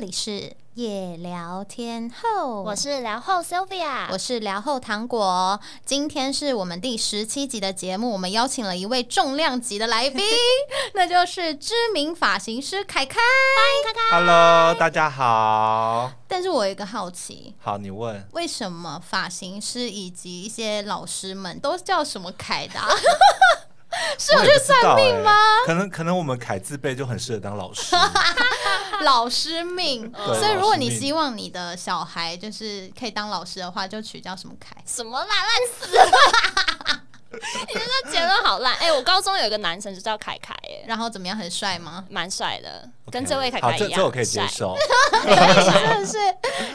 里是夜聊天后，我是啊聊后 Sylvia，我是聊后糖果。今天是我们第十七集的节目，我们邀请了一位重量级的来 宾，那就是知名发型师凯凯。 Hello，大家好。但是我有一个好奇，好，你问。为什么发型师以及一些老师们都叫什么凯的啊、 是我去算命吗？欸可能可能我们凯字辈就很适合当老师。老师 命。对所以如果你老师命希望你的小孩就是可以当老师的话，就取叫什么凯？什么啦，烂死了！ 你这结论好烂。哎、我高中有一个男神就叫凯凯、哎，然后怎么样，很帅吗？蛮帅的 OK 跟这位凯好，凯一这样，这我可以接帅。受。真的是，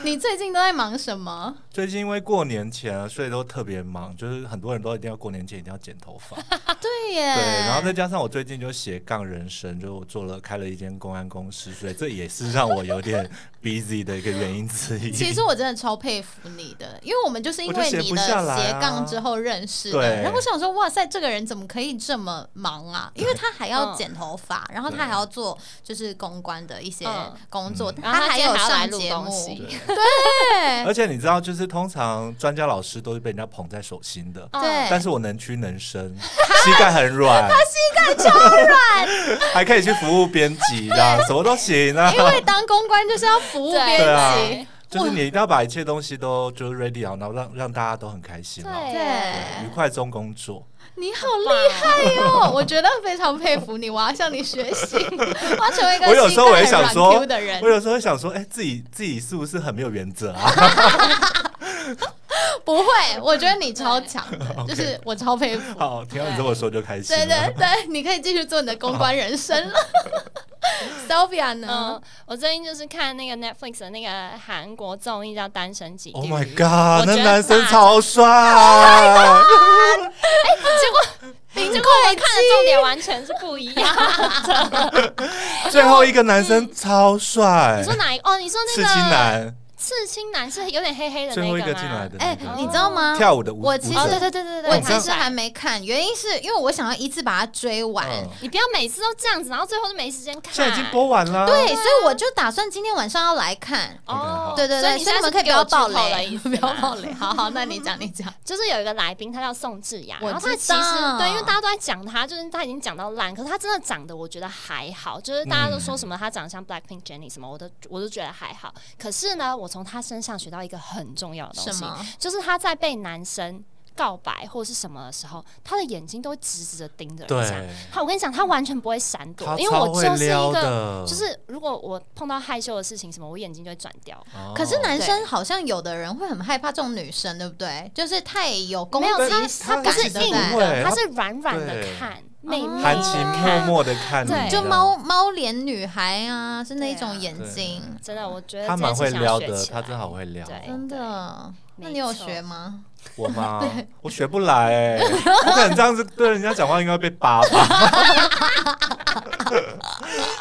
你最近都在忙什么？最近因为过年前，所以都特别忙，就是很多人都一定要过年前一定要剪头发。对耶，对，然后再加上我最近就斜杠人生，就我做了开了一间公安公司，所以这也是让我有点 busy 的一个原因之一。其实我真的超佩服你的，因为我们就是因我为就写你不的下来啊斜杠之后认识的，对然后我想说，哇塞，这个人怎么可以这么忙 啊？因为他还要剪头发，然后他还要做就是公关的一些嗯工作，然后他还今天有还要来上录节东目，西， 对 而且你知道，就是通常专家老师都是被人家捧在手心的，嗯但是我能屈能伸， 膝盖很软，他膝盖超 软，还可以去服务编辑啦，什么都行啊。因为当公关就是要服务对别对人。啊编辑， 就是你一定要把一切东西都就是 ready 好，然后让让大家都很开心哦，对愉快中工作。你好厉厉害！害哦哟，我觉得非常佩服你，我要向你学 习，我要成为一个我有时候我也膝盖想很说软 Q 的人我。有时候会想说，哎、自己自己是不是很没有原则 啊？不会，我觉得你超 强的，就是我超佩服。好，啊听到你这么说就开心对了。对对，你可以继续做你的公关人生了。Sylvia 呢嗯？，我最近就是看那个 Netflix 的那个韩国综艺叫《单身即地狱 Oh my 我 god，觉那得男生大超帅。结果我看的重点完全是不一 样。最后一个男嗯生超帅你，说哪一个？哦，你说那刺个青男，刺青男是有点黑黑的最那后一个个吗？进来的那哎个，，你知道吗？跳舞的舞我舞其实哦，对对者对对对，我你知其道实还没看，原因是因为我想要一次把它追完。嗯你不要每次都这样子，然后最后都没时间看。现在已经播完了。对，所以我就打算今天晚上要来看。哦，对对对，你所以现在你们是可以不给我要暴剧透的雷意，思不要吗暴雷。好好，那你讲，你讲。就是有一个来宾，他叫宋智雅，我然后他知其道实对，因为大家都在讲他，就是他已经讲到烂，可是他真的长得我觉得还好，就是大家都说什么他长得像 Blackpink Jennie 什么，我都我都觉得还好。可是呢，我从他身上学到一个很重要的东什西，么？就是他在被男生告白或者是什么的时候，他的眼睛都会直直的盯着人家。对，他，我跟你讲，他完全不会闪他躲，因为我超会就是一撩个，的，就是如果我碰到害羞的事情什么，我眼睛就会转掉。哦。可是男生好像有的人会很害怕这种女生，对不对？就是太有攻没有击他性他不感是其实对硬不对不会的，它是软软的对哦看，妹妹含情的脉看。脉的看你对，就这样猫猫脸女孩啊，是那对啊种眼睛，真的，我觉得他这蛮件事会想撩学的，起他来真的好会撩。对真的。那没你有错学吗？我吗？我学不来、欸，我可能这样子对人家讲话应该被扒吧。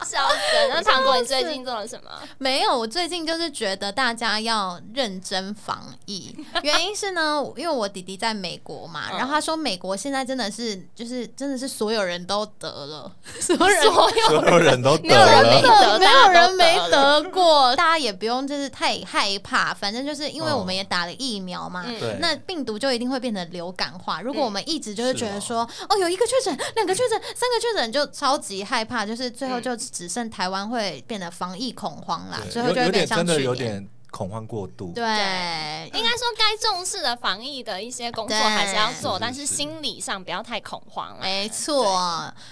笑死！那糖果，你最近做了什么？没有，我最近就是觉得大家要认真防 疫，原因是呢，因为我弟弟在美国嘛，嗯然后他说美国现在真的是就是真的是所有人都得 了，所有人所有所有人都得没有人 没了，没得大家有都人没得得过，大家也不用就是太害怕，反正就是因为我们也打了疫苗嘛。嗯对那病毒就一定会变得流感化。如果我们一直就是是觉得哦说，哦，有一个确诊，两个确诊，三个确诊，就超级害怕，就是最后就只剩台湾会变得防疫恐慌啦，最后有就会有变点像真去的有年。点恐慌过度。对，应该说该重视的防疫的一些工作还是要做，对哎但是心理上不要太恐慌了。没错。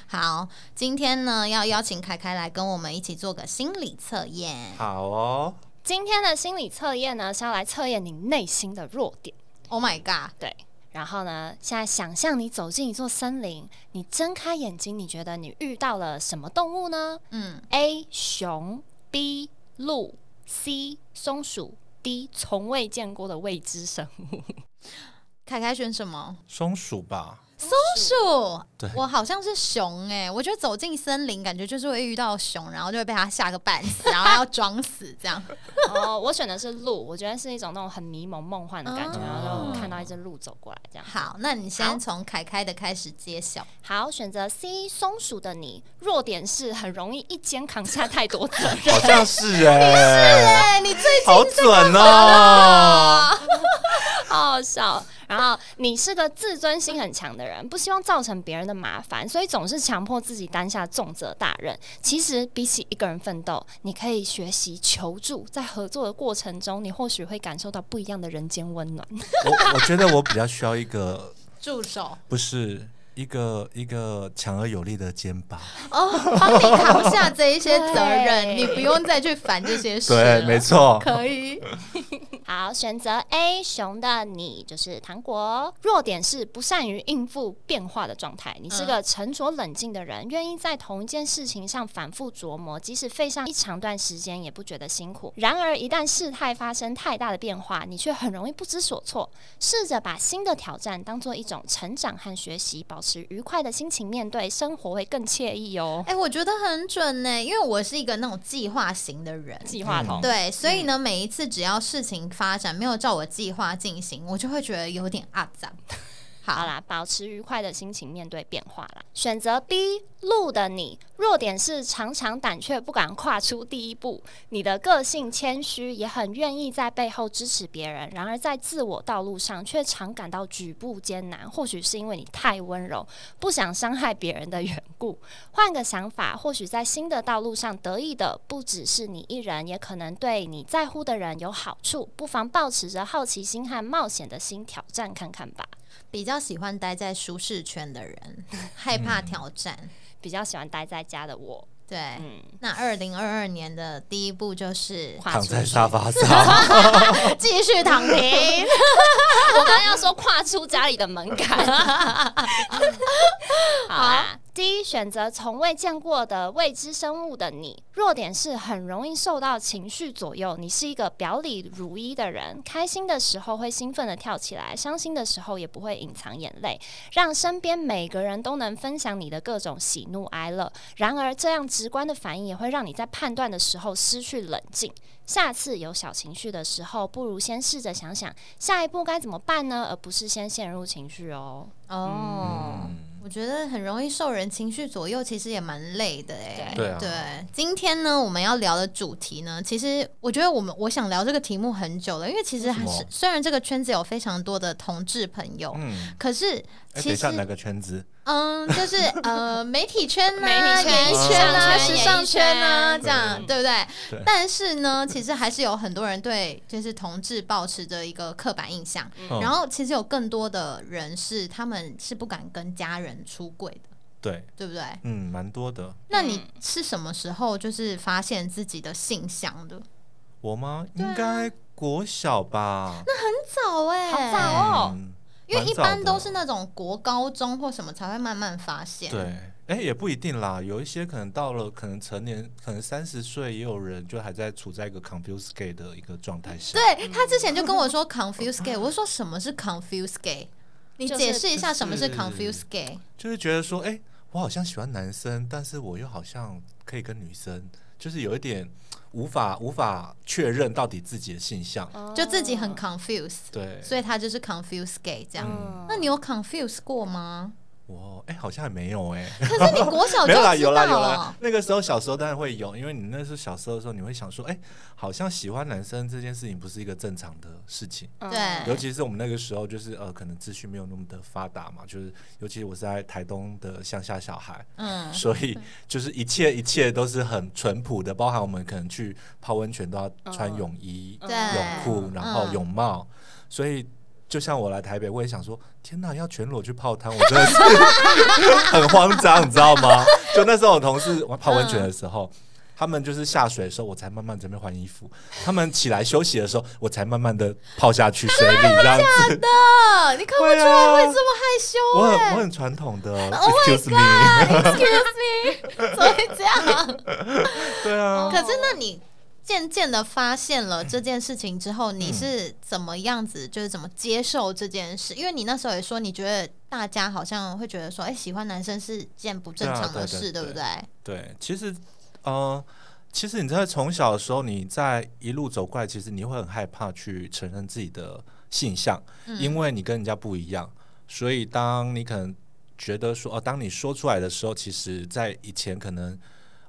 好，今天呢要邀请凯凯来跟我们一起做个心理测验。好哦，今天的心理测验呢，是要来测验你内心的弱点。 Oh my god！对，然后呢，现在想象你走进一座森林，你睁开眼睛，你觉得你遇到了什么动物呢？嗯， A 熊，B 鹿，C 松鼠，D 从未见过的未知生物。凯凯选什么？松鼠吧，松鼠。对我好像是熊哎、我觉得走进森林，感觉就是会遇到熊，然后就会被它吓个半死， 然后要装死这样。哦， 我选的是鹿，我觉得是一种那种很迷蒙梦幻的感觉，哦然后看到一只鹿走过来这样。好，那你好先从凯凯的开始揭晓。好，选择 C 松鼠的你，弱点是很容易一肩扛下太多责任。好像是哎、哎、你最好准哦。啊 好好笑。然后你是个自尊心很强的人，不希望造成别人的麻烦，所以总是强迫自己担下重责大任。其实比起一个人奋斗，你可以学习求助，在合作的过程中，你或许会感受到不一样的人间温暖。我我觉得我比较需要一个，助手不是一个一个强而有力的肩膀。哦，帮你扛下这一些责任，对你不用再去烦这些事了。 对，没错。可以。好，选择 A 熊的你就是糖果。哦弱点是不善于应付变化的状态。你是个沉着冷静的人，愿意在同一件事情上反复琢磨，即使费上一长段时间也不觉得辛苦。然而，一旦事态发生太大的变化，你却很容易不知所措。试着把新的挑战当做一种成长和学习，保持愉快的心情面对生活，会更惬意哦。哎、我觉得很准呢、欸因为我是一个那种计划型的人。计划筒，对，嗯所以呢，每一次只要事情发展没有照我计划进行，我就会觉得有点阿脏。好好，啦，保持愉快的心情面对变化啦。选择 B 路的你，弱点是常常胆怯，不敢跨出第一步。你的个性谦虚，也很愿意在背后支持别人，然而在自我道路上却常感到举步艰难。或许是因为你太温柔，不想伤害别人的缘故。换个想法，或许在新的道路上得意的不只是你一人，也可能对你在乎的人有好处。不妨保持着好奇心和冒险的心，挑战看看吧。比较喜欢待在舒适圈的人， 害怕挑战。比较喜欢待在家的我，对，嗯，那二零二二年的第一步就是跨躺出在去沙。发 上，继续躺平。我刚刚要说跨出家里的门槛。好啊，第一选择从未见过的未知生物的你，弱点是很容易受到情绪左右。你是一个表里如一的人，开心的时候会兴奋的跳起来，伤心的时候也不会隐藏眼泪，让身边每个人都能分享你的各种喜怒哀乐。然而，这样直观的反应也会让你在判断的时候失去冷静。下次有小情绪的时候，不如先试着想想下一步该怎么办呢，而不是先陷入情绪哦。哦。嗯我觉得很容易受人情绪左右，其实也蛮累的哎、对啊今天呢，我们要聊的主题呢，其实我觉得我们我想聊这个题目很久了，因为其实还为是什么虽然这个圈子有非常多的同志朋友， 嗯。可是哎，其等一实、下，哪个圈子？嗯，就是呃，媒体圈呐、 媒体圈演艺圈啊、时时尚圈尚圈啊，演艺圈这样嗯对不对？对但是呢，其实还是有很多人对就是同志抱持着一个刻板印象，嗯然后其实有更多的人是他们是不敢跟家人出柜的，对，对不对？嗯，蛮多的。那你嗯是什么时候就是发现自己的性向的？我吗？对啊应该国小吧。早哎、好早哦嗯因为一蛮早般的都是那种国高中或什么才会慢慢发现。对，哎，也不一定啦。有一些可能到了可能成年，可能三十岁，也有人就还在处在一个 confuse gay 的一个状态下。对他之前就跟我说 confuse gay，我就说什么是 confuse gay？你就是解释一下什么是就是 confuse gay？就是觉得说，哎，我好像喜欢男生，但是我又好像可以跟女生，就是有一点无法无法确认到底自己的性向。哦就自己很 confuse，对，所以他就是 confuse gay 这样。嗯那你有 confuse 过 吗？我哎，好像还没有哎。可是你国小 没就有啦，知有啦有哦道啦了。。那个时候小时候当然会有，因为你那时候小时候的时候，你会想说，哎、好像喜欢男生这件事情不是一个正常的事情。嗯对尤其是我们那个时候，就是呃，可能资讯没有那么的发达嘛，就是尤其我是在台东的乡下小孩，嗯，所以就是一切一切都是很淳朴的，包含我们可能去泡温泉都要穿泳衣、嗯对，泳裤，然后嗯泳帽，所以。就像我来台北，我也想说，天哪，要全裸去泡汤，我真的是 很慌张，你知道吗？ 就那时候我同事我泡温泉的时候，他们就是下水的时候，我才慢慢准备换衣服；他们起来休息的时候，我才慢慢的泡下去水里，这哦样子。啊，你看不出对啊来会这么害羞欸我很哎、我很传统的，excuse me， Excuse me，怎么会这样？ 对啊，可是那你渐渐的发现了这件事情之后，你是怎么样子，就是怎么接受这件事？因为你那时候也说，你觉得大家好像会觉得说，哎、喜欢男生是件不正常的事，对啊对对不对？对，其实，呃，其实你在从小的时候，你在一路走过来，其实你会很害怕去承认自己的性向，因为你跟人家不一样，所以当你可能觉得说，哦、当你说出来的时候，其实，在以前可能。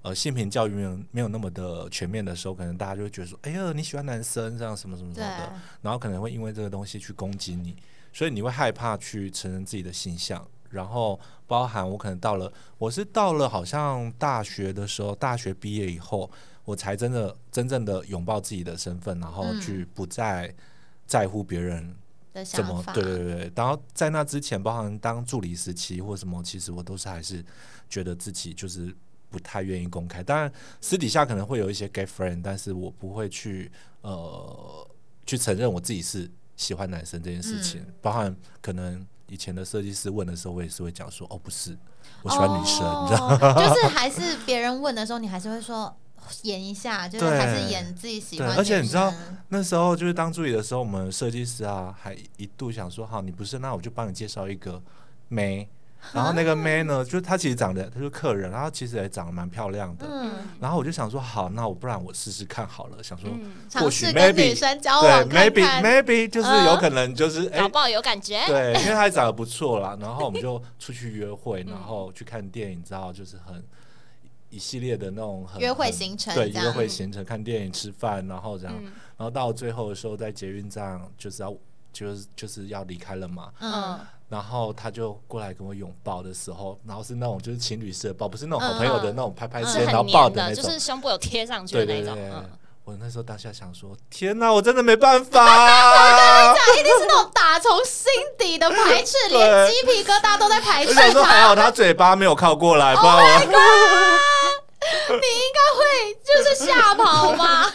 呃，性平教育没有没有那么的全面的时候，可能大家就会觉得说，哎呀，你喜欢男生这样什么什么什对啊么的，然后可能会因为这个东西去攻击你，所以你会害怕去承认自己的性向。然后包含我可能到了，我是到了好像大学的时候，大学毕业以后，我才真的真正的拥抱自己的身份，然后嗯去不再在乎别人的怎么想法，对对对。然后在那之前，包含当助理时期或什么，其实我都是还是觉得自己就是不太愿意公开。当然私底下可能会有一些 gay friend，但是我不会去呃去承认我自己是喜欢男生这件事情。嗯包含可能以前的设计师问的时候，我也是会讲说哦不是，我喜欢女生，哦你知道。道，就是还是别人问的时候，你还是会说哦演一下，就是对还是演自己喜欢女对生。而且你知道那时候就是当助理的时候，我们设计师啊，还一度想说，好，你不是，那我就帮你介绍一个妹。啊然后那个妹呢，就是她其实长得，她就是客人，然后其实也长得蛮漂亮的。嗯，然后我就想说，好，那我不然我试试看好了，想说，嗯，尝或许试跟 maybe- 女生交对往看嗯，maybe 看。 maybe 就是有可能就是哎、搞不好有感 觉。对，因为她也长得不错啦。然后我们就出去约会，然后去看电影，你知道，就是很一系列的那种很约会很行程对，这约样会行程，看电影、吃饭，然后这样。嗯然后到最后的时候，在捷运站就是要就是就是要离开了嘛，嗯，然后他就过来跟我拥抱的时候，然后是那种就是情侣式的抱，不是那种好朋友的嗯那种拍拍嗯肩、是然后很抱黏的的，那就种，是胸部有贴上去的那一对对对种。对嗯，我那时候当下想说，天哪，我真的没办 法、啊。一定是那种打从心底的排斥，对连鸡皮疙瘩都在排 我斥想说还他。好他嘴巴没有靠过来，不然我你应该会就是吓跑吧？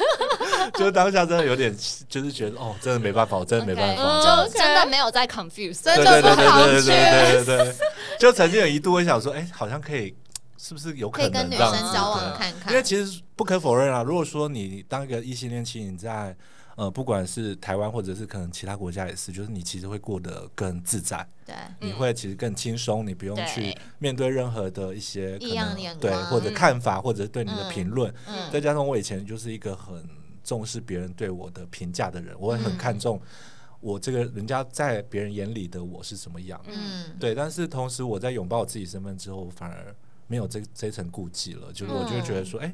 就当下真的有点就是觉得哦，真的没办法，我嗯真的没办法。 OK 这样就真的没有在 confuse，真对的对不对好对对去，对对对对，就曾经有一度我想说，哎、好像可以，是不是有可以能跟女这样生子交往对看看因为其实不可否认啊，如果说你当一个异性恋期，你在呃，不管是台湾或者是可能其他国家也是，就是你其实会过得更自在，对，你会其实更轻松，你不用去对面对任何的一些可异样的眼能对光或者看法，或者是对你嗯的评论。嗯再加上我以前就是一个很重视别人对我的评价的人，我也很嗯看重我这个人家在别人眼里的我是什么样。嗯，对，但是同时我在拥抱我自己身份之后，我反而没有这这层顾忌了，嗯就是我就会觉得说，哎、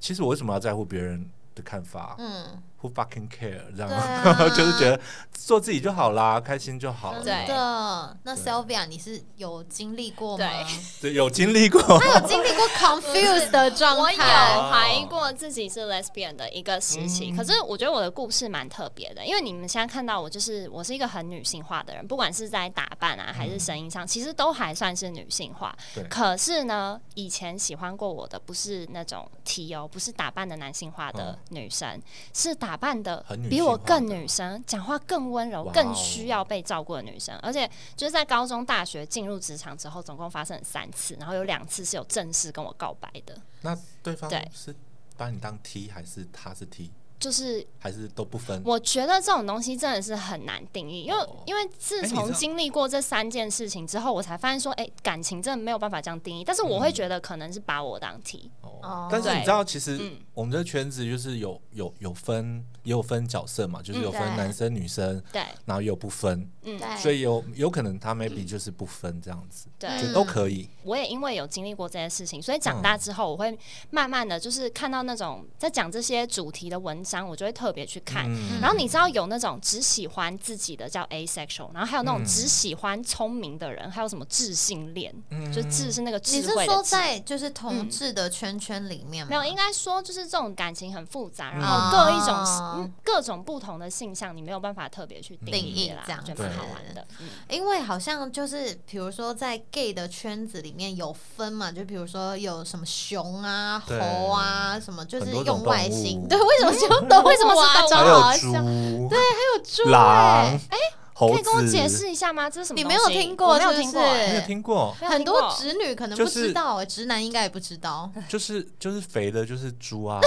其实我为什么要在乎别人的看法、嗯， w h o fucking care？这样、对啊 就是觉得做自己就好啦，开心就好了。真对的。那对 Sylvia，你是有经历过吗？对对，有经历过，她有经历过 confused 的状我有态，怀疑过自己是 lesbian 的一个时期，嗯可是我觉得我的故事蛮特别的，因为你们现在看到我，就是我是一个很女性化的人，不管是在打扮啊，还是声音上，其实都还算是女性化嗯对。可是呢，以前喜欢过我的不是那种 T 哦，不是打扮的男性化的女生，是打扮的很女比性我化更的女生，讲话更温柔、哇更哦需要被照顾的女生，而且就是在高中、大学进入职场之后，总共发生了三次，然后有两次是有正式跟我告白的。那对方对是把你当 T 还是他是 T，就是还是都不分？我觉得这种东西真的是很难定义，因为、哦因为自哎你从知道经历过这三件事情之后，我才发现说，哎、感情真的没有办法这样定义。但是我会嗯觉得可能是把我当 T，哦哦，但是你对知道，其实嗯我们这个圈子就是有有有分，也有分角色嘛，就是有分嗯对哎男生女生，对，然后也有不分，嗯，对所以有有可能他 maybe 就是不分这样子，对。嗯就都可以。我也因为有经历过这些事情，所以长大之后，我会慢慢的就是看到那种在讲这些主题的文章，我就会特别去哎看。嗯然后你知道有那种只喜欢自己的叫 asexual，然后还有那种嗯只喜欢聪明的人，还有什么智性恋，嗯就智是那个智你是慧的说智。在就是同志的圈圈里面吗？没有，应该说就是这种感情很复杂，然哦后各一种、嗯各种不同的性向，你没有办法特别去定义啦，定义就这样蛮子好玩的。嗯因为好像就是，比如说在 gay 的圈子里面有分嘛，就比如说有什么熊啊、对猴啊，什么就是很多种用外动物形。对， 为什么是用动物啊？为什么 是动长还物得好有像猪、有猪 狼哎，、猴可以跟我子，解释一下吗？这是什么你东没西？有听过我没有是不听是过欸，没有听过？没有很听多过直女可能就不知是 道哎，直男应该也不知道。就是就是肥的，就是猪啊，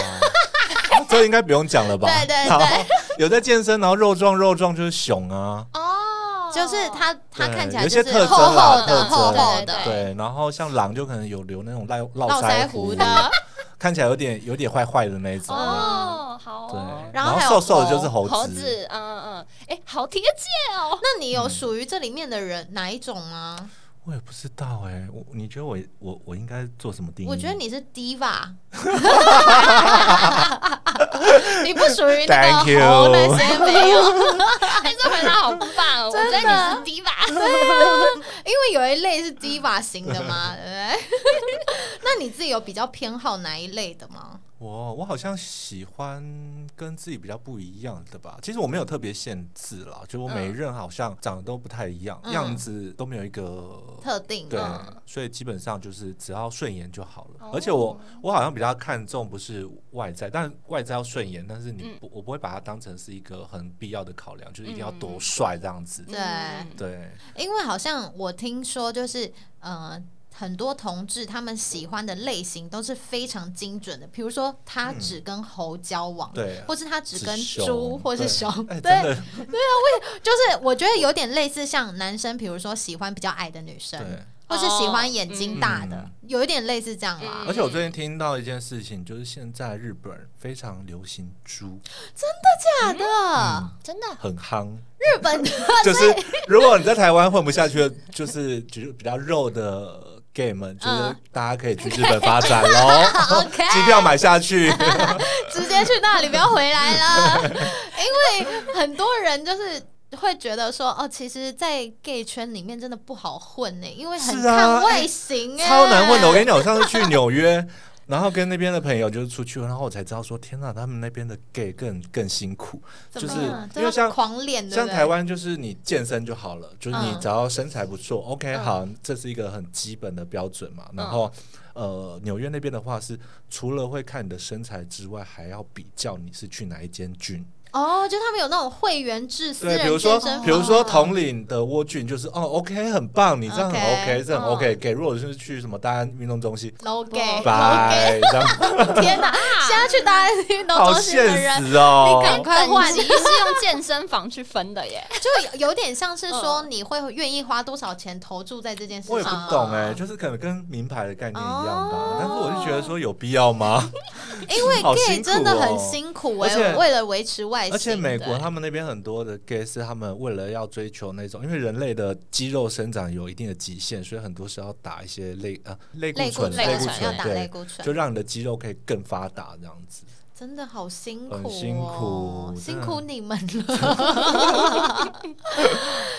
这应该不用讲了吧？对对 对然后有在健身，然后肉壮肉壮就是熊啊，哦，就是它它对看起来有就些特是征厚厚啦的、特征啊厚厚对的，对，然后像狼就可能有留那种络络络腮腮胡胡的， 看起来有点有点坏坏的那一种。嗯哦，好对哦，，然然后还有瘦瘦的就是猴猴子，嗯嗯嗯，哎，好贴切哦，那你有属于这里面的人哪一种吗？我也不知道哎、我你觉得我我我应该做什么定义？我觉得你是 diva，你不属于那 Thank you 个猴那些没有，哎，这回答好棒哦，我觉得真的你是 diva， 因为有一类是 diva 型的嘛， 对不对？ 那你自己有比较偏好哪一类的吗？我我好像喜欢跟自己比较不一样的吧。其实我没有特别限制啦，就我每一任好像长得都不太一样，嗯样子都没有一个特定对的，，所以基本上就是只要顺眼就好了。哦而且我我好像比较看重不是外在，但外在要顺眼，但是你嗯不、我不会把它当成是一个很必要的考量，就是一定要多帅这样子。对嗯对，因为好像我听说就是呃。很多同志他们喜欢的类型都是非常精准的，比如说他只跟猴交往，嗯对或是他只跟是熊猪或是对熊， 哎、对真，的就是我觉得有点类似像男生，比如说喜欢比较矮的女生，对。或是喜欢眼睛大的，哦有一点类似这样啦。嗯而且我最近听到一件事情，就是现在日本非常流行猪，假的，真的很夯。日本的 就是如果你在台湾混不下去的，就是就是比较肉的 gay 们，就是大家可以去日本发 展喽。嗯 OK，机票买 下去， 直接去那里不要回来了， 因为很多人就是。会觉得说哦，其实，在 gay 圈里面真的不好混呢，因为很是啊看外形、哎，超难混的。我跟你讲，我上次去纽约，然后跟那边的朋友就是出去，然后我才知道说，天哪，他们那边的 gay 更更辛苦，怎就是么样因为对啊像狂脸，对像不对台湾就是你健身就好了，就是你嗯只要身材不错、o k 好，这是一个很基本的标准嘛。嗯然后，呃，纽约那边的话是除了会看你的身材之外，还要比较你是去哪一间郡。哦，就他们有那种会员制私对，人比如说健身，房比如说统领的蜗郡就是哦，OK，很棒，你这样很 OK， OK，这嗯很 OK。给，如果是去什么大安运动 中心， ，no gay，拜， 这样天哪！现在去搭运动好中心现的人，实哦。你赶快换换级是用健身房去分的耶，就有有点像是说你会愿意花多少钱投注在这件事嗯我也不上。懂哎、就是可能跟名牌的概念一样啊吧，哦但是我就觉得说有必要吗？ 因为好 gay 辛苦真的很哦辛苦而哎、且为了维持外形，而且美国对他们那边很多的 gay 是他们为了要追求那种，因为人类的肌肉生长有一定的极限，所以很多是要打一些类呃类固类固醇、醇固要醇，啊打类对，固醇，就让你的肌肉可以更发达这样子。真的好辛苦、哦，很辛苦辛真的苦你们了。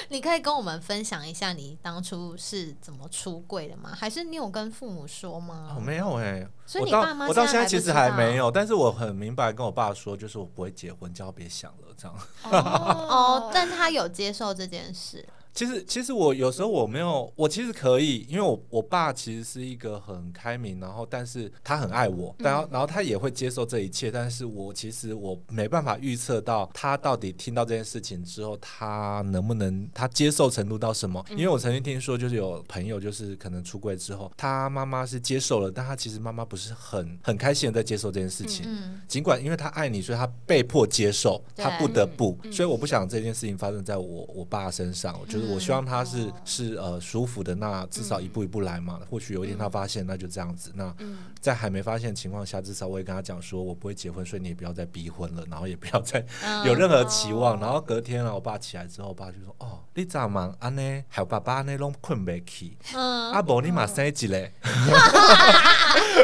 你可以跟我们分享一下你当初是怎么出柜的吗？还是你有跟父母说吗哦，？没有哎、所以我你到爸妈我到现在现还其不实知还道没有，但是我很明白跟我爸说，就是我不会结婚，叫他别想了这样。哦，但他有接受这件事，其实，其实我有时候我没有，我其实可以，因为我我爸其实是一个很开明，然后但是他很爱嗯我，然后然后他也会接受这一切，但是我其实我没办法预测到他到底听到这件事情之后，他能不能他接受程度到什么？嗯因为我曾经听说，就是有朋友就是可能出柜之后，他妈妈是接受了，但他其实妈妈不是很很开心的在接受这件事情，嗯，尽管因为他爱你，所以他被迫接受，对他不得不，所以我不想这件事情发生在我我爸身上，就是我希望他是、是呃舒服的，那至少一步一步来嘛。或许有一天他发现，那就这样子。那在还没发现的情况下，至少我也跟他讲说，我不会结婚，所以你也不要再逼婚了，然后也不要再嗯 有任何期望。然后隔天啊，我爸起来之后，我爸就说：“哦，你咋忙安呢？还有爸爸呢，拢困不起，嗯，阿伯你马生一嘞。”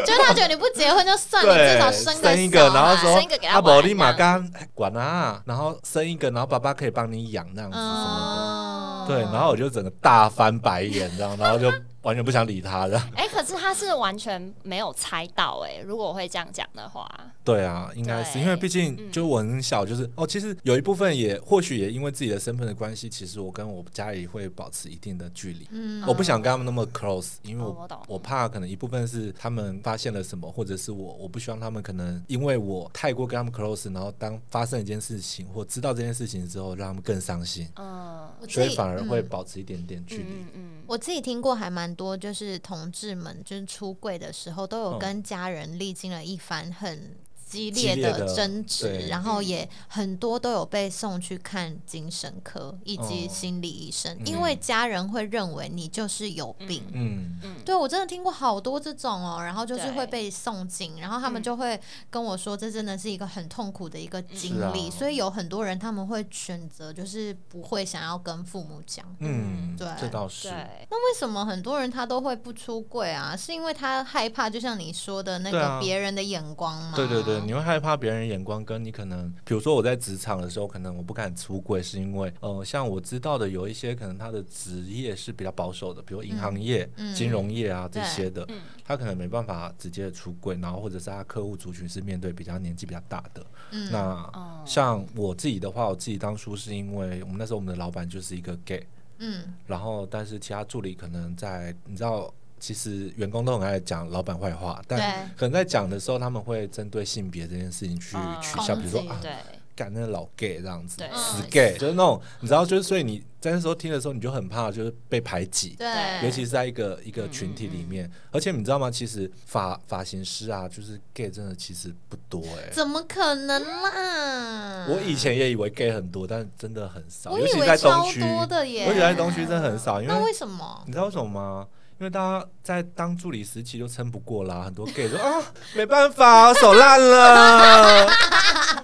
就是他觉得你不结婚就算了，对，至少个一一个，然后说生一个给他阿玩伯立马这刚管啊，然后生一个，然后爸爸可以帮你养那样子什哦么嗯的。对，然后我就整个大翻白眼，这样，然后就完全不想理他了。哎，可是他是完全没有猜到哎，如果我会这样讲的话，对啊，应该是因为对嗯毕竟就我很小，就是、哦，其实有一部分也或许也因为自己的身份的关系，其实我跟我家里会保持一定的距离。嗯我不想跟他们那么 close，因为我、哦我懂我怕可能一部分是他们发现了什么，或者是我我不希望他们可能因为我太过跟他们 close，然后当发生一件事情或知道这件事情之后，让他们更伤心，嗯我自所己以反而会嗯保持一点点距离。嗯嗯我自己听过还蛮多，就是同志们就是出柜的时候，都有嗯跟家人历经了一番很激激烈烈的的争执对，然后也很多都有被送去看精神科以及哦心理医生，嗯因为家人会认为你就是有病。嗯，对，我真的听过好多这种哦，然后就是对会被送进，然后他们嗯就会跟我说，这真的是一个很痛苦的一个经是啊历，所以有很多人他们会选择就是不会想要跟父母讲。嗯，对这倒是，对，那为什么很多人他都会不出柜啊？是因为他害怕，就像你说的那对个啊别人的眼光吗？对对对，你会害怕别人眼光，跟你可能，比如说我在职场的时候，可能我不敢出柜，是因为，呃，像我知道的有一些可能他的职业是比较保守的，比如银行业、嗯金融业啊这对些的，嗯他可能没办法直接出柜，然后或者是他客户族群是面对比较年纪比较大的，嗯那。哦，像我自己的话，我自己当初是因为我们那时候我们的老板就是一个 gay，嗯，然后但是其他助理可能在你知道，其实员工都很爱讲老板坏话，但对可能在讲的时候，他们会针对性别这件事情去嗯取笑，比如说哦攻击啊，对，干那个老 gay 这样子对，死嗯 gay 就是那种，你知道，就是所以你在那时候听的时候，你就很怕就是被排挤。对，嗯尤其是在一个一个群体里面，而且你知道吗？其实发发型师啊，就是 gay 真的其实不多哎、怎么可能啦？我以前也以为 gay 很多，但真的很少，我尤以其为在超东区，多的耶，尤其在东区真的很少，因为那为什么？你知道为什么吗？因为大家在当助理时期就撑不过啦，很多 gay 说啊， 没办法，手烂了，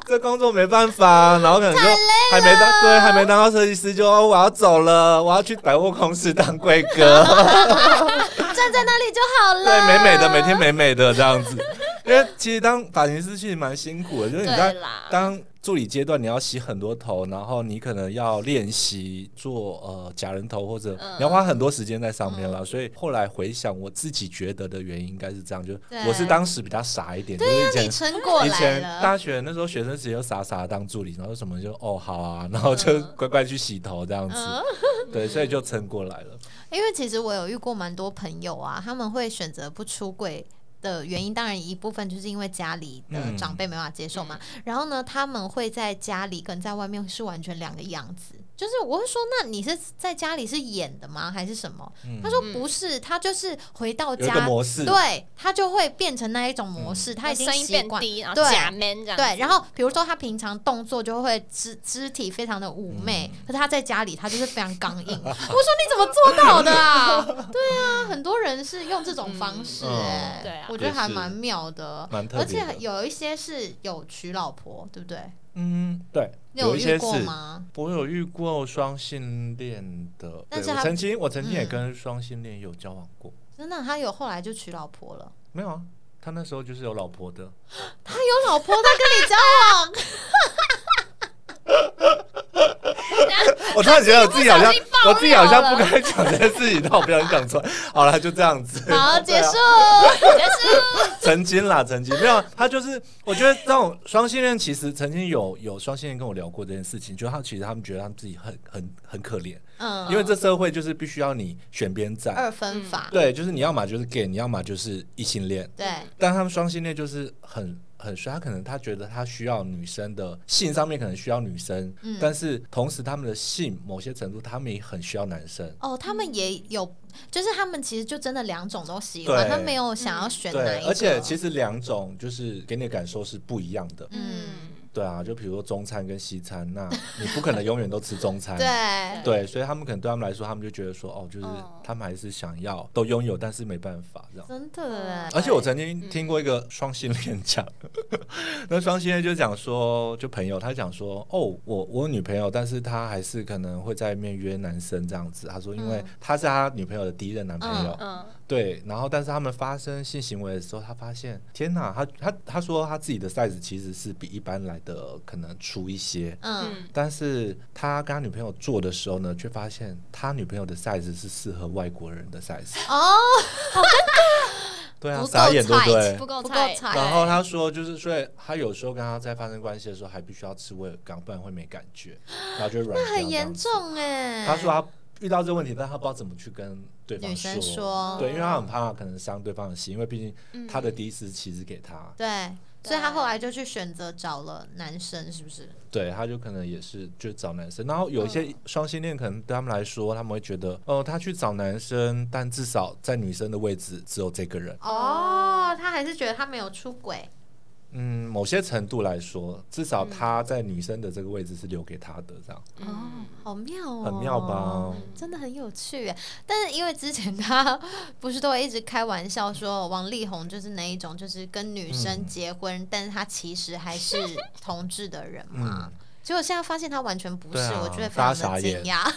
这工作没办法，然后可能就还没当对，还没当到设计师就、哦我要走了，我要去百货公司当柜哥，站在那里就好了。对，美美的，每天美美的这样子。 因为其实当发型师其实蛮辛苦的，就是你在对啦当助理阶段，你要洗很多头，然后你可能要练习做呃假人头，或者嗯你要花很多时间在上面嗯啦。所以后来回想，我自己觉得的原因应该是这样，就是对我是当时比较傻一点，就是对呀以，你前。撑过以来前了。大学那时候学生时期就傻傻地当助理，然后什么就哦好啊，然后就嗯乖乖去洗头这样子，嗯，对，所以就撑过来了。因为其实我有遇过蛮多朋友啊，他们会选择不出柜。的原因当然一部分就是因为家里的嗯长辈没办法接受嘛，嗯然后呢，他们会在家里跟在外面是完全两个样子。就是我会说，那你是在家里是演的吗，还是什么？嗯他说不是，他就是回到有一家个模式，对他就会变成那一种模式，他已经嗯声音习变惯。低，然后对假 man 这样，对，然后比如说他平常动作就会肢肢体非常的妩媚，嗯可是他在家里他就是非常刚硬。我 说你怎么做到的啊？对啊，很多人是用这种方式嗯哎、嗯对啊我觉得也是还蛮妙的，蛮特而别且的。有一些是有娶老婆，对不对？嗯，对，你有一些遇过是吗？我有遇过双性恋的，但对是我他曾经我曾经也嗯跟双性恋有交往过，真的，他有后来就娶老婆了，没有啊，他那时候就是有老婆的，他有老婆，他跟你交往， 我突然觉得我自己好不小像心爆我自己好像料不该讲这件事情，但我不小心讲出来，好了，就这样子，好，对结啊束。 曾经啦，曾经没有，啊他就是我觉得这种双性恋，其实曾经有有双性恋跟我聊过这件事情，就他其实他们觉得他们自己很很很可怜，嗯，因为这社会就是必须要你选边站，二分法，嗯对，就是你要么就是 gay，你要么就是异性恋，对，但他们双性恋就是很很衰，他可能他觉得他需要女生的性上面可能需要女生，嗯但是同时他们的性某些程度他们也很需要男生。哦，他们也有，就是他们其实就真的两种都喜欢，对他没有想嗯要选哪对一，个。而且其实两种就是给你的感受是不一样的，嗯，对啊，就比如说中餐跟西餐，那 你不可能永远都吃中餐， 对，对所以他们可能对他们来说，他们就觉得说，哦，就是哦他们还是想要都拥有，但是没办法这样。真的哎，而且我曾经嗯听过一个双性恋讲， 那双性恋就讲说，就朋友他讲说，哦，我我有女朋友，但是他还是可能会在面约男生这样子。他说，因为嗯他是他女朋友的第一任男朋友，嗯，对，然后但是他们发生性行为的时候，他发现，天哪，他他他说他自己的 size 其实是比一般来的可能粗一些。嗯，嗯但是他跟他女朋友做的时候呢，却发现他女朋友的 size 是适合外国人的 size。 哦，对啊，不够傻眼对不 tight，对？不够不够菜，菜然后他说，就是所以他有时候跟他在发生关系的时候，还必须要吃威尔刚，不然会没感觉，然后就软掉。那很严。重哎。他说他遇到这个问题，但他不知道怎么去跟对方女生说嗯对，因为他很怕可能伤对方的心，因为毕竟他的第一次其实给他，对，所以他对后来就去选择找了男生，是不是？对，他就可能也是就找男生。然后有嗯一些双性恋，可能对他们来说，他们会觉得，哦、他去找男生，但至少在女生的位置只有这个人。哦，他还是觉得他没有出轨。嗯，某些程度来说，至少他在女生的这个位置是留给他的，这样、哦，好妙哦，很妙吧？真的很有趣耶，但是因为之前他不是都会一直开玩笑说王力宏就是那一种，就是跟女生嗯结婚，但是他其实还是同志的人嘛。嗯，结果现在发现他完全不是，对啊我觉得非大家常的傻惊眼讶，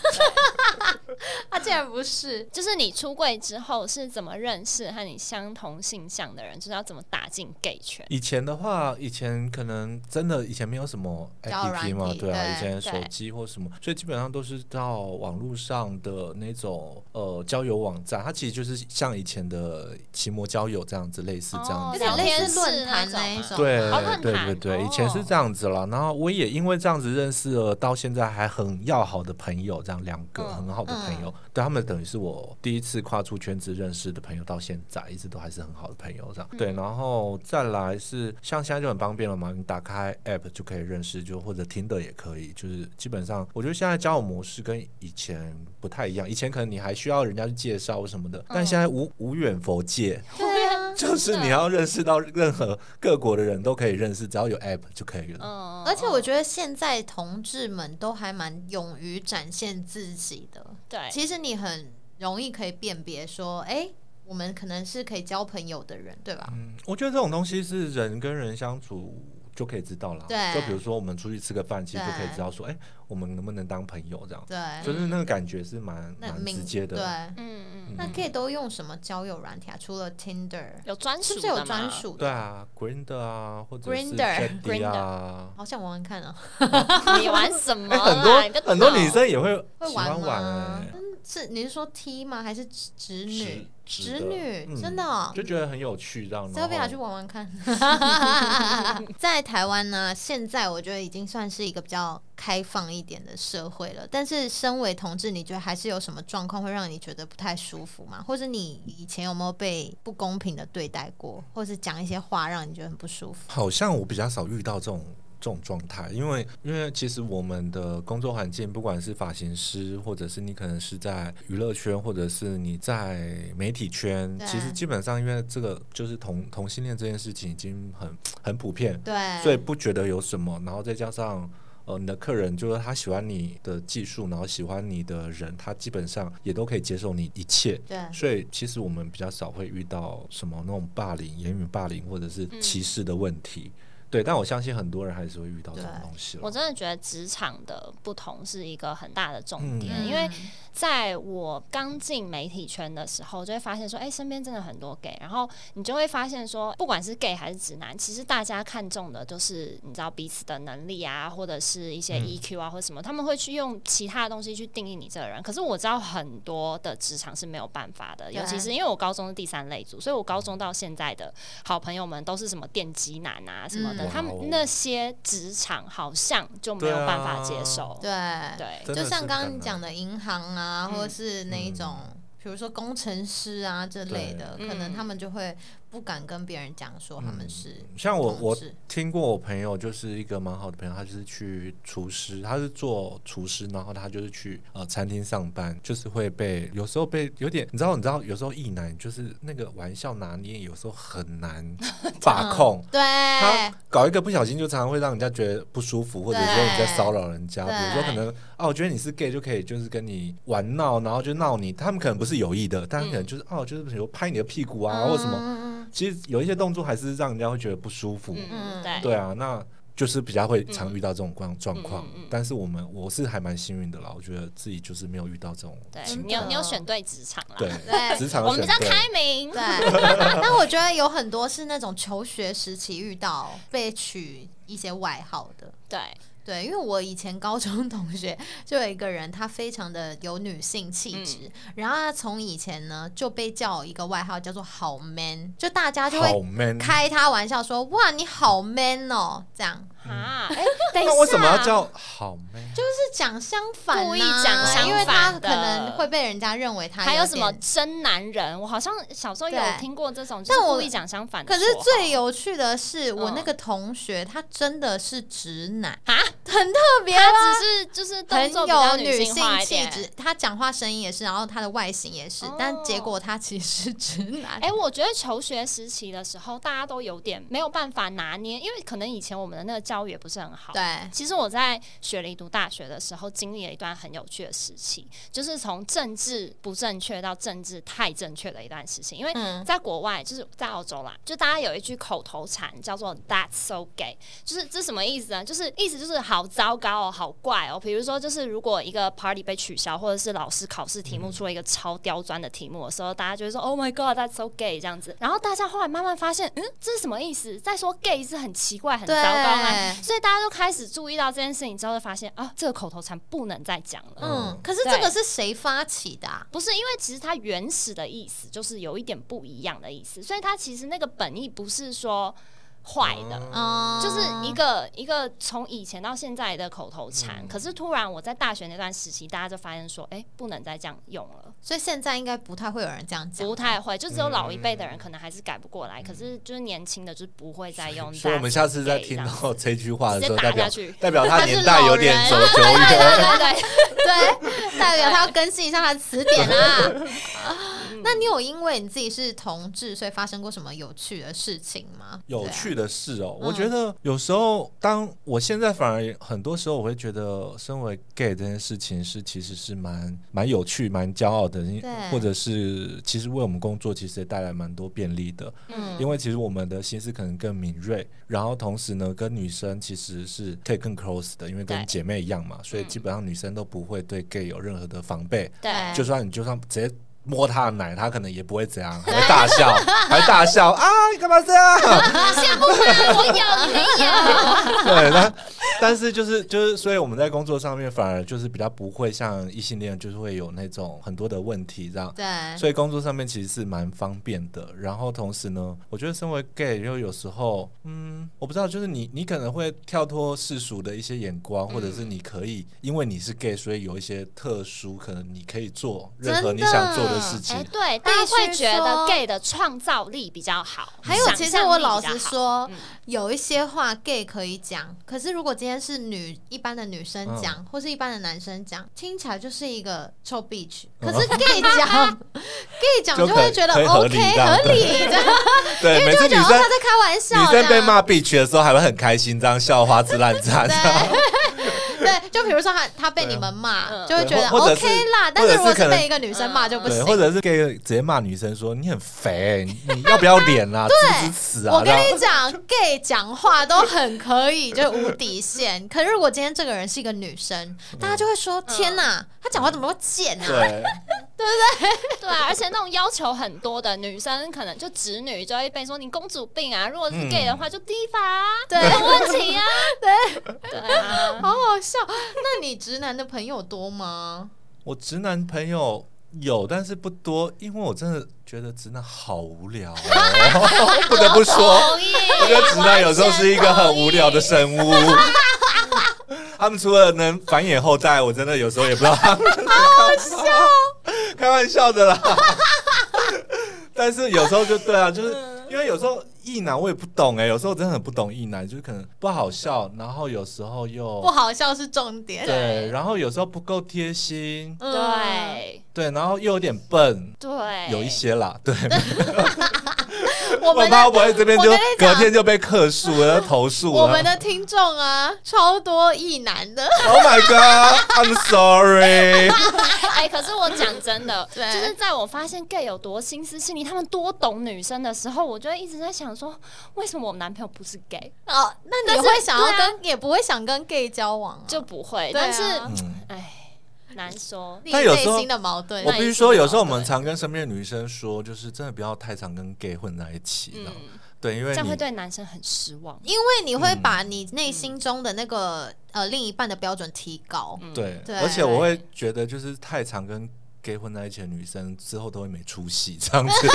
他竟然不是。就是你出柜之后是怎么认识和你相同性向的人，就是要怎么打进 gay 圈。以前的话，以前可能真的以前没有什么交友软 APP 嘛体，对啊，对以前手对机或什么，所以基本上都是到网络上的那种呃交友网站，它其实就是像以前的奇摩交友这样子，类似这哦样有子。点聊类天似室论坛那那种一吗种对嘛，哦论对对坛对，哦以前是这样子啦，然后我也因为这样子认识了到现在还很要好的朋友，这样两个嗯很好的朋友，对他们等于是我第一次跨出圈子认识的朋友，到现在一直都还是很好的朋友这样。嗯对，然后再来是像现在就很方便了嘛，你打开 app 就可以认识，就或者听的也可以，就是基本上我觉得现在交友模式跟以前不太一样，以前可能你还需要人家去介绍什么的，嗯但现在无无远佛界，对啊。 就是你要认识到任何各国的人都可以认识，只要有 app 就可以了。嗯而且我嗯觉得现在同志们都还蛮勇于展现自己的，对，其实你很容易可以辨别说，哎、我们可能是可以交朋友的人，对吧？嗯，我觉得这种东西是人跟人相处就可以知道啦。对就比如说我们出去吃个饭，其实就可以对知道说，哎、我们能不能当朋友这样。对，就是那个感觉是蛮那蛮明直接的。对，嗯嗯，那可以都用什么交友软体啊？除了 Tinder，有专属是的不是有吗专？属对的？啊，Grinder 啊，或者是 Grindr Chatty 啊。好想玩玩看啊！ 你玩什么哎、啦？很你啊个多很多脑女生也会会喜玩欢玩吗哎、？嗯是你是说 T 吗？还是直直女？直直直的女、嗯真的哦、就觉得很有趣，这样。然要不要后去玩玩看？在台湾呢，现在我觉得已经算是一个比较开放一点的社会了。但是，身为同志，你觉得还是有什么状况会让你觉得不太舒服吗？或者你以前有没有被不公平的对待过，或是讲一些话让你觉得很不舒服？好像我比较少遇到这种这种状态，因为因为其实我们的工作环境，不管是发型师，或者是你可能是在娱乐圈，或者是你在媒体圈，对其实基本上因为这个就是同同性恋这件事情已经很很普遍，对，所以不觉得有什么，然后再加上。呃，你的客人就是他喜欢你的技术，然后喜欢你的人，他基本上也都可以接受你一切。对所以其实我们比较少会遇到什么那种霸凌、言语霸凌或者是歧视的问题。对，但我相信很多人还是会遇到这种对东西了。我真的觉得职场的不同是一个很大的重嗯点，因为在我刚进媒体圈的时候，就会发现说，哎、身边真的很多 gay，然后你就会发现说，不管是 gay 还是直男，其实大家看重的就是你知道彼此的能力啊，或者是一些嗯 EQ 啊，或者什么，他们会去用其他的东西去定义你这个人。可是我知道很多的职场是没有办法的，对尤其是因为我高中是第三类组，所以我高中到现在的好朋友们都是什么电机男啊什么的，嗯他哇哦们那些职场好像就没有对啊啊办法接受。对对就真的是像刚这刚样你啊讲的银行啊，嗯或者是那一种，嗯比如说工程师啊这类的，对可能嗯他们就会不敢跟别人讲说他们是嗯像我，同我志听过我朋友就是一个蛮好的朋友，他就是去厨师，他是做厨师，然后他就是去呃餐厅上班，就是会被有时候被有点，你知道，你知道，有时候异男就是那个玩笑拿捏，有时候很难把控。对，他搞一个不小心，就常常会让人家觉得不舒服，或者说你在骚扰人家。对比如说，可能啊，我觉得你是 gay 就可以，就是跟你玩闹，然后就闹你。他们可能不是有意的，但可能就是、哦，就是比如拍你的屁股啊，或什么。么，其实有一些动作还是让人家会觉得不舒服。嗯，嗯对，对啊，那就是比较会常遇到这种状状况。嗯嗯嗯但是我们我是还蛮幸运的啦，我觉得自己就是没有遇到这种对，情你有的你有选对职场啦。 对 对职场嗯我的们比较选对。开明对，。但我觉得有很多是那种求学时期遇到被取一些外号的。对，对，因为我以前高中同学就有一个人，他非常的有女性嗯气质，然后他从以前呢就被叫一个外号叫做“好 man”，就大家就会好 man，开他玩笑说：“哇，你好 man 哦！”这样，啊，哎，等一下，嗯那为什么要叫好妹？就是讲相反、啊，故意讲相反的因为他可能会被人家认为他还有有什么点真男人？我好像小时候有对听过这种，就但是我故意讲相反的可说是法。最有趣的是，我嗯那个同学他真的是直男，啊，很特别吧他只是就是动很作比较有女性化一气点。质，他讲话声音也是，然后他的外形也是，哦但结果他其实是直男。哎、我觉得求学时期的时候，大家都有点没有办法拿捏，因为可能以前我们的那个教育也不是很好。对，其实我在雪梨读大学的时候，经历了一段很有趣的时期，就是从政治不正确到政治太正确的一段时期。因为嗯，在国外，就是在澳洲啦，就大家有一句口头禅叫做 "That's so gay"，就是这什么意思呢？就是意思就是好糟糕哦，好怪哦。比如说，就是如果一个 party 被取消，或者是老师考试题目出了一个超刁钻的题目的时候，大家就会说 "Oh my God, that's so gay" 这样子。然后大家后来慢慢发现，嗯，这是什么意思？再说 gay 是很奇怪、很糟对，糕吗？所以大家都开始注意到这件事情之后，就发现啊，这个口头禅不能再讲了。嗯，可是对这个是谁发起的、啊？不是，因为其实它原始的意思就是有一点不一样的意思，所以它其实那个本意不是说坏的，哦、就是一个一个从以前到现在的口头禅。可是突然我在大学那段时期，大家就发现说，哎、不能再这样用了，所以现在应该不太会有人这样讲，不太会，就只有老一辈嗯的人可能还是改不过来，可是就是年轻的就是不会再用。 所以我们下次再听哦到这句话的时候，直接代打表下去代表他他是年代有点老走人久 对远。 对对， 对，代表他要更新一下他的词典啦。嗯那你有因为你自己是同志，所以发生过什么有趣的事情吗？有对啊趣的事哦，嗯我觉得有时候，当我现在反而很多时候，我会觉得身为 gay 这件事情是其实是蛮蛮有趣、蛮骄傲的对，或者是其实为我们工作其实也带来蛮多便利的，啊嗯因为其实我们的心思可能更敏锐，然后同时呢，跟女生其实是可以更 close 的，因为对跟姐妹一样嘛，所以嗯基本上女生都不会对 gay 有任何的防备，哎对，就算你就算直接摸她的奶，她可能也不会怎样， 还会大笑，还会大笑啊，你干嘛这样？羡慕他，我有 你没有？对，那但是就是就是，所以我们在工作上面反而就是比较不会像异性恋，就是会有那种很多的问题这样。对，所以工作上面其实是蛮方便的，然后同时呢，我觉得身为 gay，又有时候，嗯，我不知道，就是你你可能会跳脱世俗的一些眼光，嗯或者是你可以因为你是 gay，所以有一些特殊，可能你可以做任何真你的想做的事情哎、。对，大家会觉得说 gay 的创造力比较好。还有，其实我老实想象力比较好，说嗯，有一些话 gay 可以讲，可是如果今天是女一般的女生讲，或是一般的男生讲，听起来就是一个臭 bitch。可是 gay 讲，gay 讲就就可会以觉得可以 OK 合合理这样理的，对，每次就女 觉得哦生他在开玩笑女这生样。被骂 bitch 的时候，还会很开心，这样笑花枝乱颤。这样对，对，就比如说他他被对啊你们骂，嗯就会觉得或或者是 OK 啦，但或者是是如果是可能被一个女生骂就不 对，行。或者是 gay 直接骂女生说你很肥，你你要不要脸啊？支不支持啊？我这跟样你讲，gay 讲话都很可以，就无底 线。可是如果今天这个人是一个女生，嗯大家就会说：“天哪，她讲话怎么那么贱啊对，对啊，而且那种要求很多的女生，可能就直女就会被说你公主病啊。如果是 gay 的话，就低法、啊，对有问题 啊，对对啊！”，好好笑。那你直男的朋友多吗？我直男朋友有，但是不多，因为我真的觉得直男好无聊、哦， 不得不说，同意。 我觉得直男有时候是一个很无聊的生物。 他们除了能繁衍后代，我真的有时候也不知道他们在干嘛。好笑，开玩笑的啦。 但是有时候就对啊，就是因为有时候意男我也不懂哎、有时候我真的很不懂意男，就是可能不好笑，然后有时候又不好笑是重点。哦对，然后有时候不够贴心，嗯，对对，然后又有点笨，对，有一些啦，对，我我们怕的会不会这边就我跟你讲隔天就被客诉了，要投诉我了们。的听众啊，超多异男的。 Oh my god, I'm sorry。 哎、可是我讲真 的，就对是在我发现 gay 有多心思细腻，他们多懂女生的时候，我就会一直在想说，为什么我男朋友不是 gay 哦，那但你是会想要对啊跟，也不会想跟 gay 交往啊，就不会？对啊但是，嗯哎、难说。你但有内时候心的矛盾我那。必也须是说，有有时候我对们常跟身边的女生说，就是真的不要太常跟 gay 混在一起了。嗯。对，因为这样你会对男生很失望。因为你会把嗯你内心中的那个、呃另一半的标准提高，嗯 对，对而且我会觉得，就是太常跟 gay 混在一起的女生之后都会没出息，这样子。 那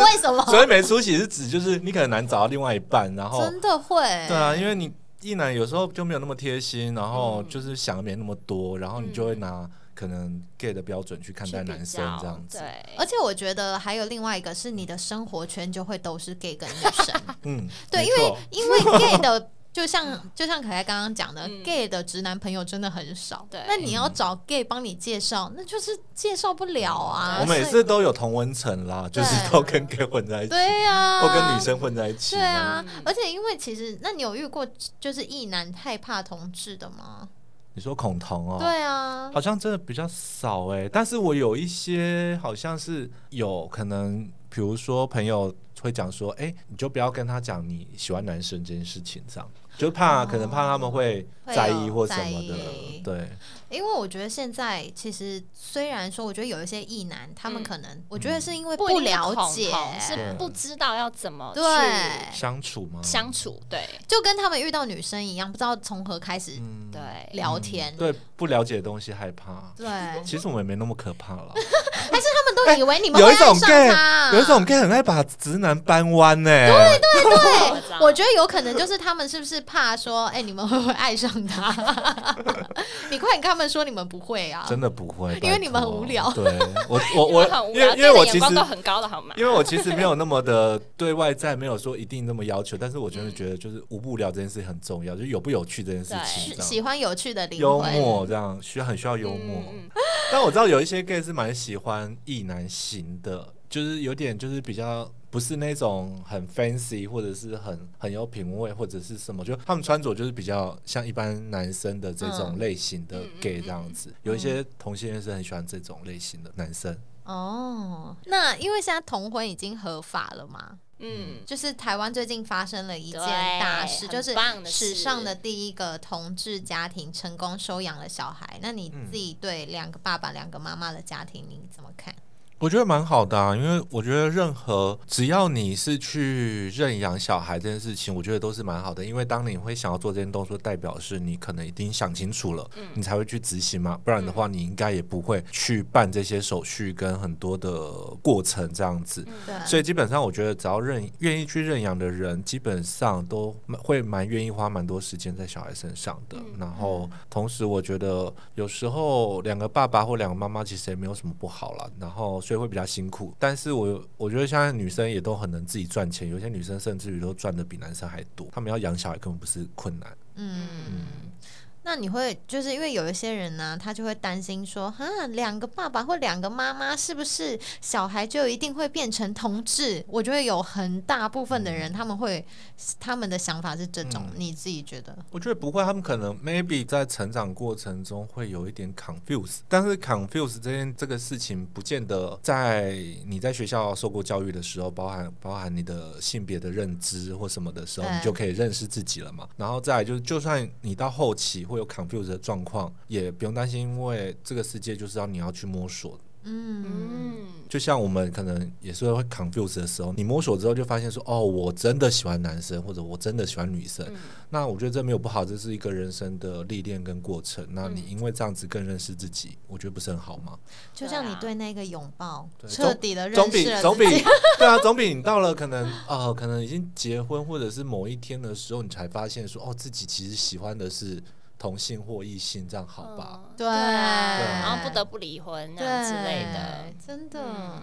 啊为什么？哦所以没出息是指就是你可能难找到另外一半，然后真的会，欸对啊，因为你一男有时候就没有那么贴心，然嗯后就是想的没那么多，然后你就会拿可能 gay 的标准去看待去比男生较这样子。对，而且我觉得还有另外一个是你的生活圈就会都是 gay 跟女生， 嗯，对，没因为错 因为 gay 的。就像就像可爱刚刚讲的、嗯 g a y 的直男朋友真的很少。对那你要嗯找 gay 帮你介绍，那就是介绍不了啊。嗯我每所以次都有同温层啦，就是都跟 gay 混在一起，对呀、啊，都跟女生混在一起。对啊嗯，而且因为其实，那你有遇过就是异男害怕同志的吗？你说恐同哦？对啊，好像真的比较少哎、但是我有一些好像是有可能，比如说朋友会讲说，哎、你就不要跟他讲你喜欢男生这件事情，这样就怕、哦可能怕他们会会在有意或什么在意的，对，因为我觉得现在其实虽然说，我觉得有一些异男，他们嗯可能我觉得是因为一定是了恐解，同是对不知道要怎么对去相处吗？相处，对就跟他们遇到女生一样，不知道从何开始嗯对，聊天。对不了解的东西害怕，对，他其实我们也没那么可怕了。们都以为你们哎有会一种爱上 gay，他，有一种 gay 很爱把直男搬弯呢、对对，对 对，我觉得有可能就是他们是不是怕说，哎，你们会不会爱上他？ 你快点跟他们说你们不会啊！真的不会，因为你们拜托很无聊对我我 我很无因为聊，因为这我个其眼光实都很高的好吗？ 因为我其实没有那么的对外在没有说一定那么要求，但是我真的觉得就是无不聊这件事情很重要，就是有不有趣这件事情喜哎这喜样。欢有趣的灵幽魂，默这样需要很需要幽默，嗯嗯 但我知道有一些 gay 是蛮喜欢意男型的，就是有点就是比较不是那种很 fancy 或者是很很有品味或者是什么，就他们穿着就是比较像一般男生的这种类型的嗯嗯 gay 这样子。有一些同性恋是很喜欢这种类型的男生，哦，那因为现在同婚已经合法了嘛，嗯，就是台湾最近发生了一件对大事，就是很棒的史上事的第一个同志家庭成功收养了小孩。那你嗯自己对两个爸爸、两个妈妈的家庭你怎么看？我觉得蛮好的啊，因为我觉得任何只要你是去认养小孩这件事情，我觉得都是蛮好的。因为当你会想要做这件动作，代表是你可能已经想清楚了，你才会去执行嘛。不然的话，你应该也不会去办这些手续跟很多的过程这样嗯子。对，所以基本上，我觉得只要认愿意去认养的人，基本上都蛮会蛮愿意花蛮多时间在小孩身上的。然后，同时我觉得有时候两个爸爸或两个妈妈其实也没有什么不好啦，然后所以会比较辛苦。但是我我觉得现在女生也都很能自己赚钱，有些女生甚至于都赚的比男生还多，她们要养小孩根本不是困难。嗯。那你会就是因为有一些人呢、他就会担心说，哈，两个爸爸或两个妈妈是不是小孩就一定会变成同志？我觉得有很大部分的人他们会他们的想法是这种，嗯你自己觉得？我觉得不会，他们可能 maybe 在成长过程中会有一点 confuse，但是 confuse 这件这个事情，不见得在你在学校受过教育的时候，包含包含你的性别的认知或什么的时候，对你就可以认识自己了嘛。然后再来就是，就算你到后期会有 confuse 的状况，也不用担心，因为这个世界就是要你要去摸索嗯，嗯，就像我们可能也是会 confuse 的时候，你摸索之后就发现说，哦，我真的喜欢男生，或者我真的喜欢女生。嗯那我觉得这没有不好，这是一个人生的历练跟过程。那你嗯因为这样子更认识自己，我觉得不是很好吗？就像你对对啊那个拥抱对啊彻底的啊总认比识了总自比己 对啊，总比你到了可能呃，可能已经结婚或者是某一天的时候，你才发现说，哦，自己其实喜欢的是同性或异性，这样好吧？嗯对啊对然后不得不离婚对啊之类的，，真的。嗯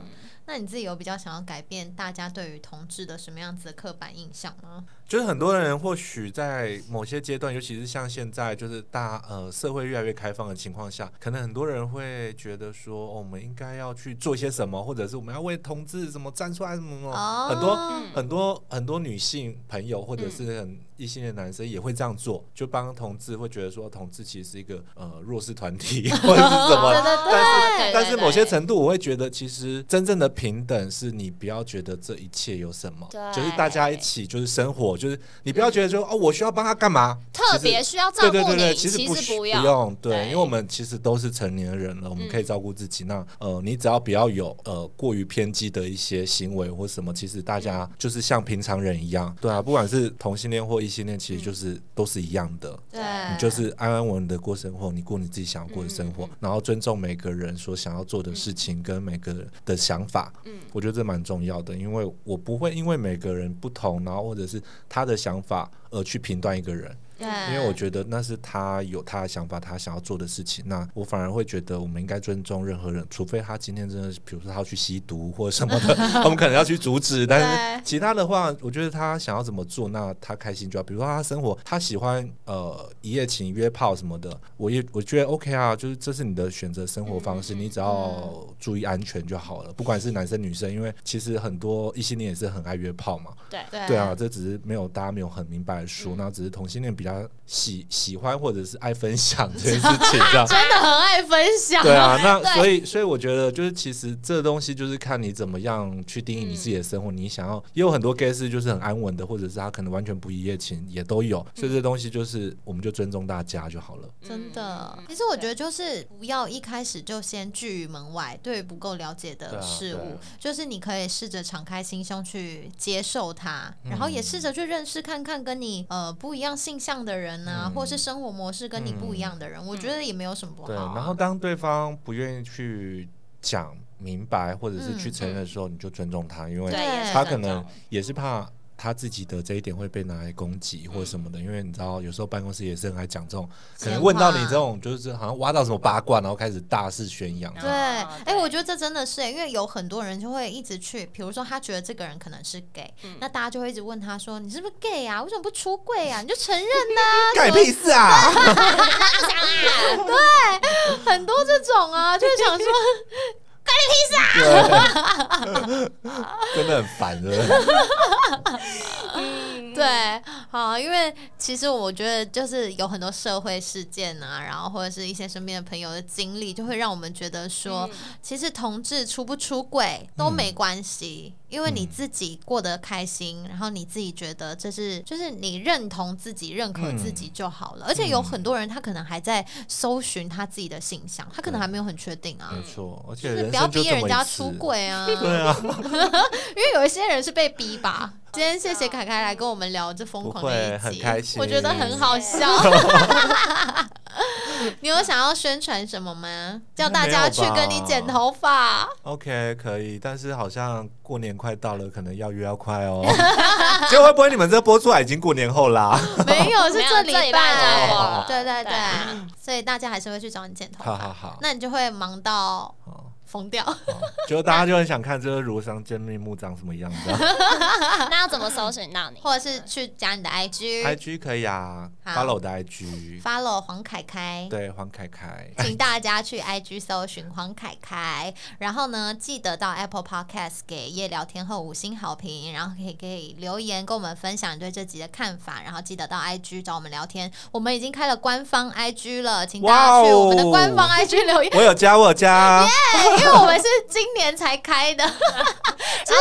那你自己有比较想要改变大家对于同志的什么样子的刻板印象吗？就是很多人或许在某些阶段，尤其是像现在，就是大呃社会越来越开放的情况下，可能很多人会觉得说，哦、我们应该要去做些什么，或者是我们要为同志什么站出来什么什么，哦很多。嗯很多很多女性朋友或者是很异性的男生也会这样做，就帮同志会觉得说哦同志其实是一个呃弱势团体或者是什么，但哦对是但是某些程度我会觉得其实真正的平等是你不要觉得这一切有什么对，就是大家一起就是生活，就是你不要觉得说、哦我需要帮他干嘛，特其实别需要照对对顾对你，对，其实实需用，用，对嗯对，因为我们其实都是成年人了，我们可以照顾自己。那呃，你只要不要有呃过于偏激的一些行为或什么，其实大嗯家就是像平常人一样，对啊，不管是同性恋或异性恋，其实嗯就是都是一样的。对，你就是安安稳稳的过生活，你过你自己想要过的生活，然后尊重每个人所想要做的事情跟每个人的想法。嗯我觉得这蛮重要的，因为我不会因为每个人不同，然后或者是他的想法而去评断一个人。对，因为我觉得那是他有他的想法，他想要做的事情。那我反而会觉得，我们应该尊重任何人，除非他今天真的是，比如说他要去吸毒或 什么的，我们可能要去阻止。但是其他的话，我觉得他想要怎么做，那他开心就好。比如说他生活，他喜欢呃一夜情、约炮什么的，我也我觉得 OK 啊，就是这是你的选择生活方式，嗯你只要注意安全就好了。不管是男生女生，因为其实很多异性恋也是很爱约炮嘛。对，对。对啊，，这只是没有大家没有很明白的说，嗯那、只是同性恋比较喜喜欢或者是爱分享这件事情这样真的很爱分享。对啊，那对所以所以我觉得就是其实这东西就是看你怎么样去定义你自己的生活，你想要也有很多 gay 是就是很安稳的，或者是他可能完全不一夜情也都有，所以这东西就是我们就尊重大家就好了。真的嗯，其实我觉得就是不要一开始就先拒于门外，对于不够了解对的啊事对啊物，就是你可以试着敞开心胸去接受它，嗯然后也试着去认识看看跟你呃不一样性向的人啊嗯，或是生活模式跟你不一样的人，我觉得也没有什么不对，好啊。然后当对方不愿意去讲明白或者是去嗯承认的时候，你就尊重他，因为对，对也是嗯他尊可能重也是怕他自己的这一点会被拿来攻击或什么的，因为你知道，有时候办公室也是很爱讲这种，可能问到你这种，就是好像挖到什么八卦，然后开始大肆宣扬。对，哦哎、对我觉得这真的是、因为有很多人就会一直去，比如说他觉得这个人可能是 gay，、那嗯大家就会一直问他说：“你是不是 gay 啊？为什么不出柜啊？你就承认 呐、干你屁事 啊！很多这种 啊，就是想说， 真的很烦的。对，好，因为其实我觉得就是有很多社会事件啊，然后或者是一些身边的朋友的经历，就会让我们觉得说，嗯其实同志出不出轨都没关系，因为你自己过得开心，然后你自己觉得这是就是你认同自己、认可自己就好了。而且有很多人他可能还在搜寻他自己的形象，他可能还没有很确定啊。没错，而且就是人不要生就逼这人么家一出次。轨 啊！对啊，因为有一些人是被逼吧。今天谢谢凯凯来跟我们聊这疯狂的一不会很集，开心我觉得很好笑。 你有想要宣传什么吗？叫大家去跟你剪头发？ OK，可以，但是好像过年快到了，可能要约要快哦。 结果会不会你们这播出来已经过年后啦？没有，是没有这礼这礼拜就过了对对对对，所以大家还是会去找你剪头好好发。好，那你就会忙到好疯掉。好 就大家就很想看这个如商真面目长什么 样子啊。那要怎么搜寻到你？哦或者是去加你的 IG IG 可以啊好，follow 我的 IG， follow 黄凯凯。对，黄凯凯， 请大家去 IG 搜寻黄凯凯，然后呢，记得到 Apple Podcast 给夜聊天后五星好评，然后可以可以留言跟我们分享你对这集的看法，然后记得到 IG 找我们聊天，我们已经开了官方 IG 了，请大家去我们的官方哦 IG 留言，我有加，我有加，因为我们是今年才开 的，之然后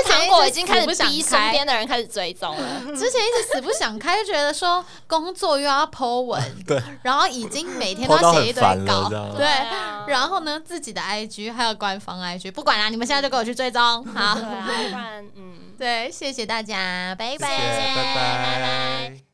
前糖果已经开一直始死不逼想开身边的人开始追踪了， 之前一直死不想开，就觉得说工作又要 po 文，对，然后已经每天都拖要写到很一堆烦了，稿这，样。对啊然后呢，自己的 IG 还有官方 IG，不管啦，你们现在就给我去追踪，好对，啊，不然嗯。对，谢谢大家，拜谢谢，拜，拜拜拜拜。